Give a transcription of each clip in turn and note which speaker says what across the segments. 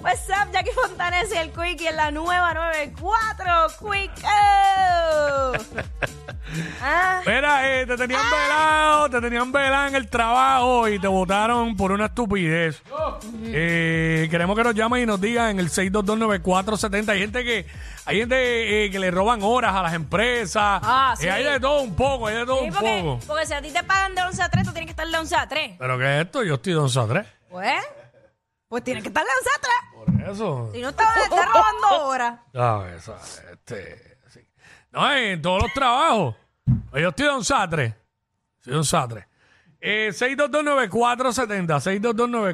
Speaker 1: WhatsApp, Jackie Fontanes y el Quick y en la nueva 94, Quick. oh. Ah,
Speaker 2: Mira, eh, te tenían velado, te tenían velado en el trabajo y te votaron por una estupidez. Eh, queremos que nos llamen y nos digan en el 6229470. Hay gente que hay gente eh, que le roban horas a las empresas.
Speaker 1: Ah, sí.
Speaker 2: Eh, hay de todo un poco, hay de todo
Speaker 1: sí,
Speaker 2: un
Speaker 1: porque,
Speaker 2: poco.
Speaker 1: porque si a ti te pagan de 11 a 3, tú tienes que estar de 11 a 3.
Speaker 2: Pero que es esto, yo estoy don Sadre.
Speaker 1: Pues, pues tienes que estar de 11 a 3.
Speaker 2: Por eso.
Speaker 1: Si no, te van a estar robando ahora.
Speaker 2: ¿Sabes? ¿sabes? Ah, Este, sí. No, en todos los trabajos. Yo estoy de un sastre. Soy un sastre. Eh, 6229470.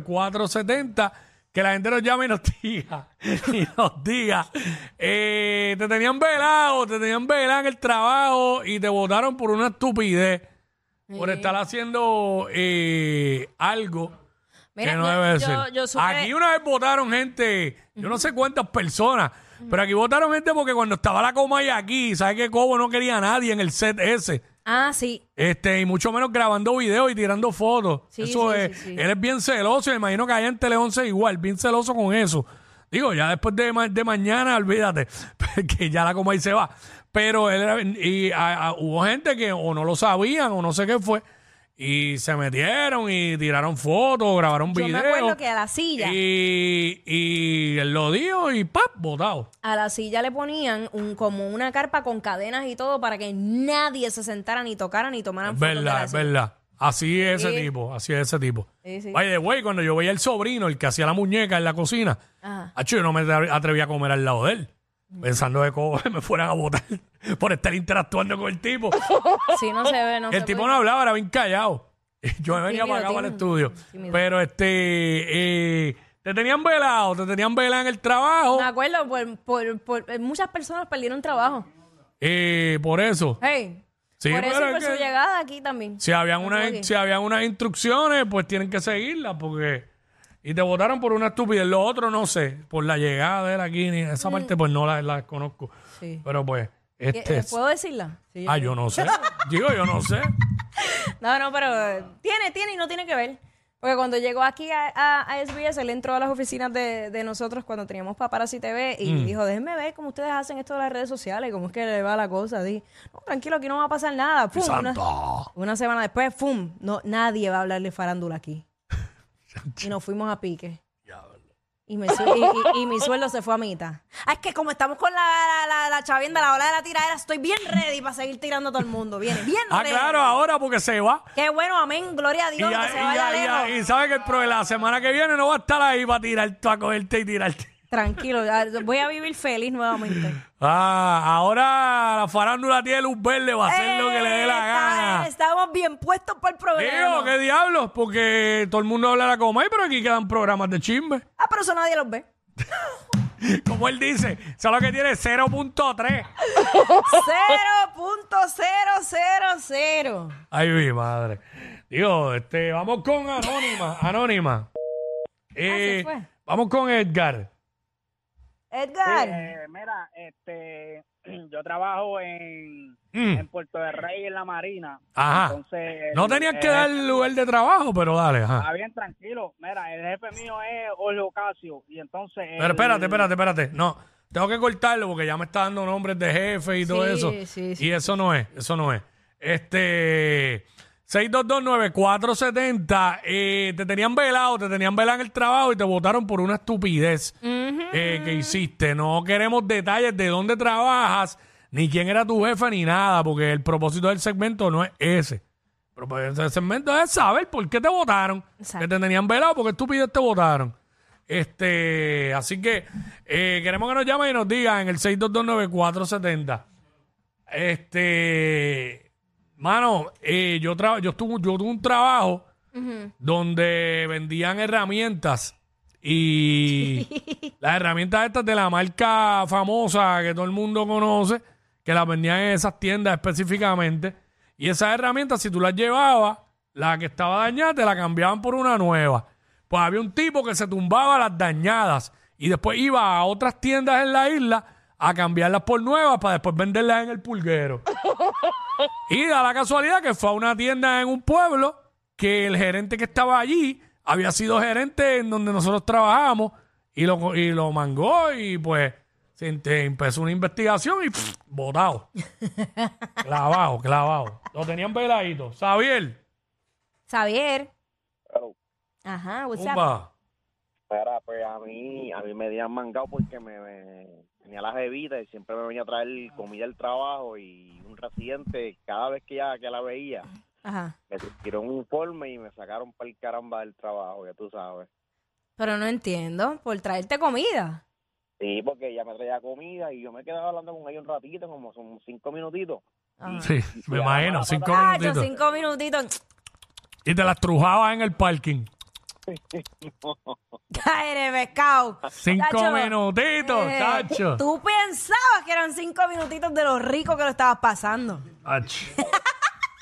Speaker 2: 6229470. Que la gente nos llame y nos diga. Y nos diga. eh, te tenían velado, te tenían velado en el trabajo y te votaron por una estupidez. Por estar haciendo eh, algo.
Speaker 1: Mira,
Speaker 2: Que no
Speaker 1: yo-
Speaker 2: debe
Speaker 1: yo-
Speaker 2: ser.
Speaker 1: yo supe-
Speaker 2: Aquí una vez votaron gente, yo no sé cuántas personas, pero aquí votaron gente porque cuando estaba la Comay aquí, ¿sabes que Cobo no quería a nadie en el set ese?
Speaker 1: Ah, sí.
Speaker 2: Este, y mucho menos grabando videos y tirando fotos.
Speaker 1: Sí,
Speaker 2: eso
Speaker 1: sí,
Speaker 2: es,
Speaker 1: sí, sí.
Speaker 2: él es bien celoso, y me imagino que allá en Tele 11 igual, bien celoso con eso. Digo, ya después de, ma- de mañana, olvídate, que ya la Comay se va. Pero él era- y a- a- hubo gente que o no lo sabían o no sé qué fue. Y se metieron y tiraron fotos, grabaron
Speaker 1: Yo
Speaker 2: videos.
Speaker 1: me acuerdo que a la silla,
Speaker 2: Y, y él lo dio y ¡pap! botado.
Speaker 1: a la silla le ponían un, como una carpa con cadenas y todo para que nadie se sentara, ni tocara, ni tomara
Speaker 2: Es verdad, es verdad. Así es ese
Speaker 1: Sí.
Speaker 2: tipo, así es ese tipo.
Speaker 1: Sí, sí.
Speaker 2: By the way, cuando yo veía el sobrino, el que hacía la muñeca en la cocina,
Speaker 1: Ajá.
Speaker 2: acho, yo no me atre- atreví a comer al lado de él, pensando de cómo me fueran a botar por estar interactuando con el tipo.
Speaker 1: Sí, no se ve, no se
Speaker 2: el tipo
Speaker 1: puede.
Speaker 2: no hablaba, era bien callado. Yo me venía
Speaker 1: Tímido,
Speaker 2: para acá para el
Speaker 1: tímido,
Speaker 2: estudio.
Speaker 1: tímido.
Speaker 2: Pero este, eh, te tenían velado, te tenían velado en el trabajo,
Speaker 1: Me acuerdo, por, por- por- eh, muchas personas perdieron trabajo.
Speaker 2: eh, por eso.
Speaker 1: Hey,
Speaker 2: Sí,
Speaker 1: por eso
Speaker 2: pero
Speaker 1: y por
Speaker 2: es
Speaker 1: su
Speaker 2: que-
Speaker 1: llegada aquí también.
Speaker 2: Si habían,
Speaker 1: No
Speaker 2: unas,
Speaker 1: jodí.
Speaker 2: si habían unas instrucciones, pues tienen que seguirlas porque... Y te votaron por una estupidez. Lo otro no sé, por la llegada de él aquí, ni
Speaker 1: Mm.
Speaker 2: esa parte pues no la, la conozco.
Speaker 1: Sí.
Speaker 2: Pero pues,
Speaker 1: ¿Qué-
Speaker 2: este...
Speaker 1: eh,
Speaker 2: es-
Speaker 1: ¿Puedo decirla? Sí.
Speaker 2: Ah, yo no sé. Digo, yo no sé.
Speaker 1: No, no, pero eh, tiene, tiene y no tiene que ver. Porque cuando llegó aquí a, a- a SBS, él entró a las oficinas de, de nosotros cuando teníamos Paparazzi TV y
Speaker 2: Mm.
Speaker 1: dijo, déjenme ver cómo ustedes hacen esto de las redes sociales, cómo es que le va la cosa. Dije, no, tranquilo, aquí no va a pasar nada. Pum, una,
Speaker 2: Santo.
Speaker 1: una semana después, ¡pum! No, nadie va a hablarle farándula aquí. y nos fuimos a pique. Y, me su- y- y- y mi sueldo se fue a mitad. Ah, es que como estamos con la, la, la, la chavienda, la ola de la tiradera, estoy bien ready para seguir tirando a todo el mundo. Viene, bien
Speaker 2: Ah,
Speaker 1: ready.
Speaker 2: claro, ahora porque se va.
Speaker 1: Qué bueno, amén, gloria a
Speaker 2: Y,
Speaker 1: Dios,
Speaker 2: ya-
Speaker 1: que se
Speaker 2: y
Speaker 1: vaya
Speaker 2: ya- y ya-
Speaker 1: lejos.
Speaker 2: y sabe que el pro- la semana que viene no va a estar ahí para tirar, para cogerte y tirarte.
Speaker 1: Tranquilo, ya voy a vivir feliz nuevamente.
Speaker 2: Ah, ahora la farándula tiene luz verde, va a hacer lo que le dé la
Speaker 1: Esta
Speaker 2: gana.
Speaker 1: vez Estamos bien puestos para el programa.
Speaker 2: Digo, ¿qué diablos? Porque todo el mundo habla de la Comay, pero aquí quedan programas de chisme.
Speaker 1: Ah, pero eso nadie los ve.
Speaker 2: Como él dice, solo que tiene 0.3.
Speaker 1: 0.000.
Speaker 2: Ay, mi madre. Digo, este, vamos con Anónima. Anónima. Eh,
Speaker 1: Ah, se fue.
Speaker 2: vamos con Edgar.
Speaker 1: Edgar.
Speaker 3: Eh, mira, este, yo trabajo en,
Speaker 2: Mm,
Speaker 3: en Puerto del Rey, en la Marina.
Speaker 2: Ajá.
Speaker 3: Entonces,
Speaker 2: No
Speaker 3: el-
Speaker 2: tenías que
Speaker 3: el-
Speaker 2: dar lugar de trabajo, pero dale, ajá.
Speaker 3: Está bien, tranquilo. Mira, el jefe mío es Olio Casio. Y entonces.
Speaker 2: Pero espérate, espérate, espérate. No, tengo que cortarlo porque ya me está dando nombres de jefe y todo
Speaker 1: Sí,
Speaker 2: eso.
Speaker 1: sí, sí.
Speaker 2: Y eso no es, eso no es. Este 6229470 eh, te tenían velado, te tenían velado en el trabajo y te votaron por una estupidez eh, que hiciste. No queremos detalles de dónde trabajas, ni quién era tu jefe, ni nada, porque el propósito del segmento no es ese. El propósito del segmento es saber por qué te votaron,
Speaker 1: Exacto.
Speaker 2: que te tenían velado, porque estupidez te votaron. Este, así que eh, queremos que nos llamen y nos digan en el 6229470. Este, mano, eh, yo, traba- yo, estuve- yo tuve un trabajo donde vendían herramientas y las herramientas estas de la marca famosa que todo el mundo conoce, que las vendían en esas tiendas específicamente. Y esas herramientas, si tú las llevabas, la que estaba dañada, te la cambiaban por una nueva. Pues había un tipo que se tumbaba las dañadas y después iba a otras tiendas en la isla a cambiarlas por nuevas para después venderlas en el pulguero. Y da la casualidad que fue a una tienda en un pueblo que el gerente que estaba allí había sido gerente en donde nosotros trabajábamos Y lo, co- y lo mangó y pues se ent- empezó una investigación y pff, botado. clavado, clavado. Lo tenían veladito. Xavier,
Speaker 1: Xavier.
Speaker 4: Claro.
Speaker 1: Ajá, what's up?
Speaker 2: zumba.
Speaker 4: Espera, pues a mí, a mí me habían mangado porque me, me- tenía las bebidas y siempre me venía a traer comida al trabajo y un residente, cada vez que ya que la veía,
Speaker 1: Ajá.
Speaker 4: me tiró un informe y me sacaron para el caramba del trabajo, ya tú sabes.
Speaker 1: Pero no entiendo, por traerte comida.
Speaker 4: Sí, porque ella me traía comida y yo me quedaba hablando con ella un ratito, como son cinco minutitos.
Speaker 1: Ajá.
Speaker 2: Sí, me imagino, cinco
Speaker 1: Ah, yo
Speaker 2: minutitos.
Speaker 1: cinco minutitos.
Speaker 2: Y te las trujabas en el parking.
Speaker 1: Cállate, pescado.
Speaker 2: Cinco
Speaker 1: Chacho,
Speaker 2: minutitos,
Speaker 1: eh,
Speaker 2: tacho.
Speaker 1: Tú pensabas que eran cinco minutitos de lo rico que lo estabas pasando.
Speaker 2: Ach.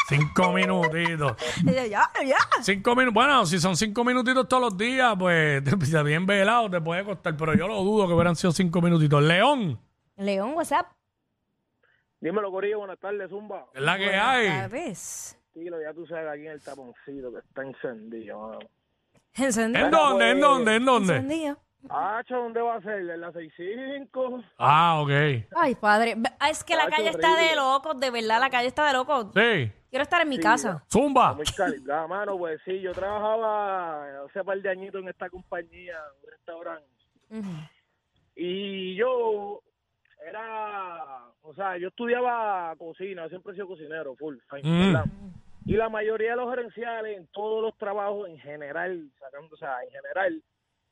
Speaker 2: Cinco minutitos.
Speaker 1: Y yo, ya, ya.
Speaker 2: Cinco minutos. Bueno, si son cinco minutitos todos los días, pues te- te- bien velado te puede costar, pero yo lo dudo que hubieran sido cinco minutitos. León,
Speaker 1: León, WhatsApp.
Speaker 5: Dímelo, Corillo, buenas tardes, Zumba.
Speaker 2: es la que hay.
Speaker 1: ¿Sabes?
Speaker 5: Tilo, ya tú sabes, aquí en el taponcito que está encendido. mano.
Speaker 1: Encendido.
Speaker 2: ¿En dónde? ¿En dónde? ¿En dónde?
Speaker 1: Encendido.
Speaker 5: Hacho, ¿dónde va a ser? ¿En la 65?
Speaker 2: Ah, ok.
Speaker 1: Ay, padre. Ve- ah, Es que la
Speaker 5: Chacho,
Speaker 1: calle está de
Speaker 5: horrible.
Speaker 1: locos, de verdad, la calle está de locos.
Speaker 2: Sí.
Speaker 1: Quiero estar en mi casa.
Speaker 2: Zumba.
Speaker 5: Muy calidad, mano, pues sí, yo trabajaba hace par de añitos en esta compañía, un restaurante.
Speaker 1: Ujú.
Speaker 5: Y yo era, o sea, yo estudiaba cocina, siempre he sido cocinero, full time,
Speaker 2: Mm.
Speaker 5: ¿verdad? Y la mayoría de los gerenciales en todos los trabajos en general, sacando, o sea, en general,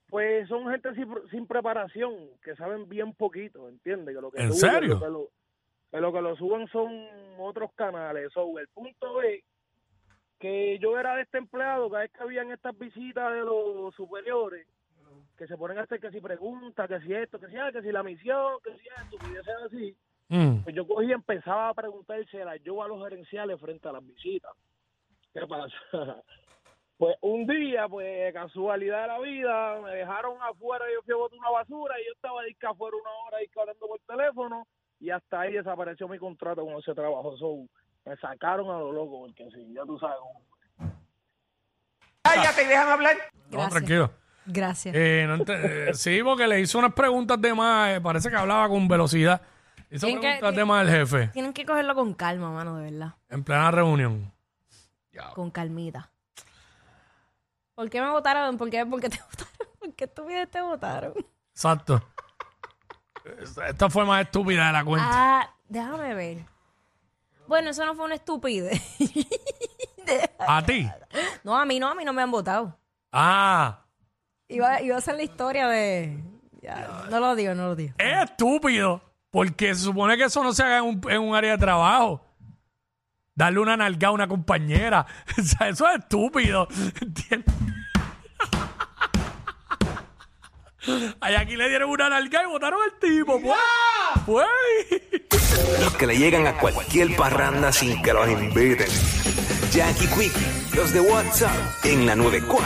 Speaker 5: pues son gente sin, sin preparación, que saben bien poquito, ¿entiendes? Que lo que
Speaker 2: ¿En
Speaker 5: suben,
Speaker 2: serio?
Speaker 5: lo que lo- que lo que lo suben son otros canales. So, el punto es que yo era de este empleado, cada vez que habían estas visitas de los superiores, que se ponen a hacer que si preguntas, que si esto, que si, ah, que si la misión, que si esto, que si así,
Speaker 2: Mm.
Speaker 5: pues yo cogí y empezaba a preguntársela yo a los gerenciales frente a las visitas. ¿Qué pasa? Pues un día, pues casualidad de la vida, me dejaron afuera, yo fui a botar una basura y yo estaba disque afuera una hora disque hablando por teléfono y hasta ahí desapareció mi contrato con ese trabajo. So, me sacaron a lo loco porque sí, ya tú sabes. cómo
Speaker 2: No,
Speaker 1: Gracias.
Speaker 2: tranquilo.
Speaker 1: Gracias.
Speaker 2: Eh, no ente- eh, sí, porque le hizo unas preguntas de más. eh, parece que hablaba con velocidad. Hizo
Speaker 1: Tienen que-
Speaker 2: preguntas de más al jefe
Speaker 1: Tienen que cogerlo con calma, mano, de verdad.
Speaker 2: en plena reunión.
Speaker 1: Con calmita. ¿Por qué me votaron? ¿Por qué, por qué te votaron? ¿Por qué estupidez te votaron?
Speaker 2: Exacto. Esta fue más estúpida de la cuenta.
Speaker 1: Ah, déjame ver. Bueno, eso no fue una estupidez.
Speaker 2: ¿A ti?
Speaker 1: No, a mí no, a mí no me han votado.
Speaker 2: Ah,
Speaker 1: Iba, iba a ser la historia de... ya, no lo digo, no lo digo.
Speaker 2: es estúpido. Porque se supone que eso no se haga en un, en un área de trabajo. Darle una nalga a una compañera. O sea, eso es estúpido. ¿Entiendes? Ay, aquí le dieron una nalga y votaron al tipo. Pues. Pues.
Speaker 6: Los que le llegan a cualquier parranda sin que los inviten. Jackie Quick, los de WhatsApp en la 94.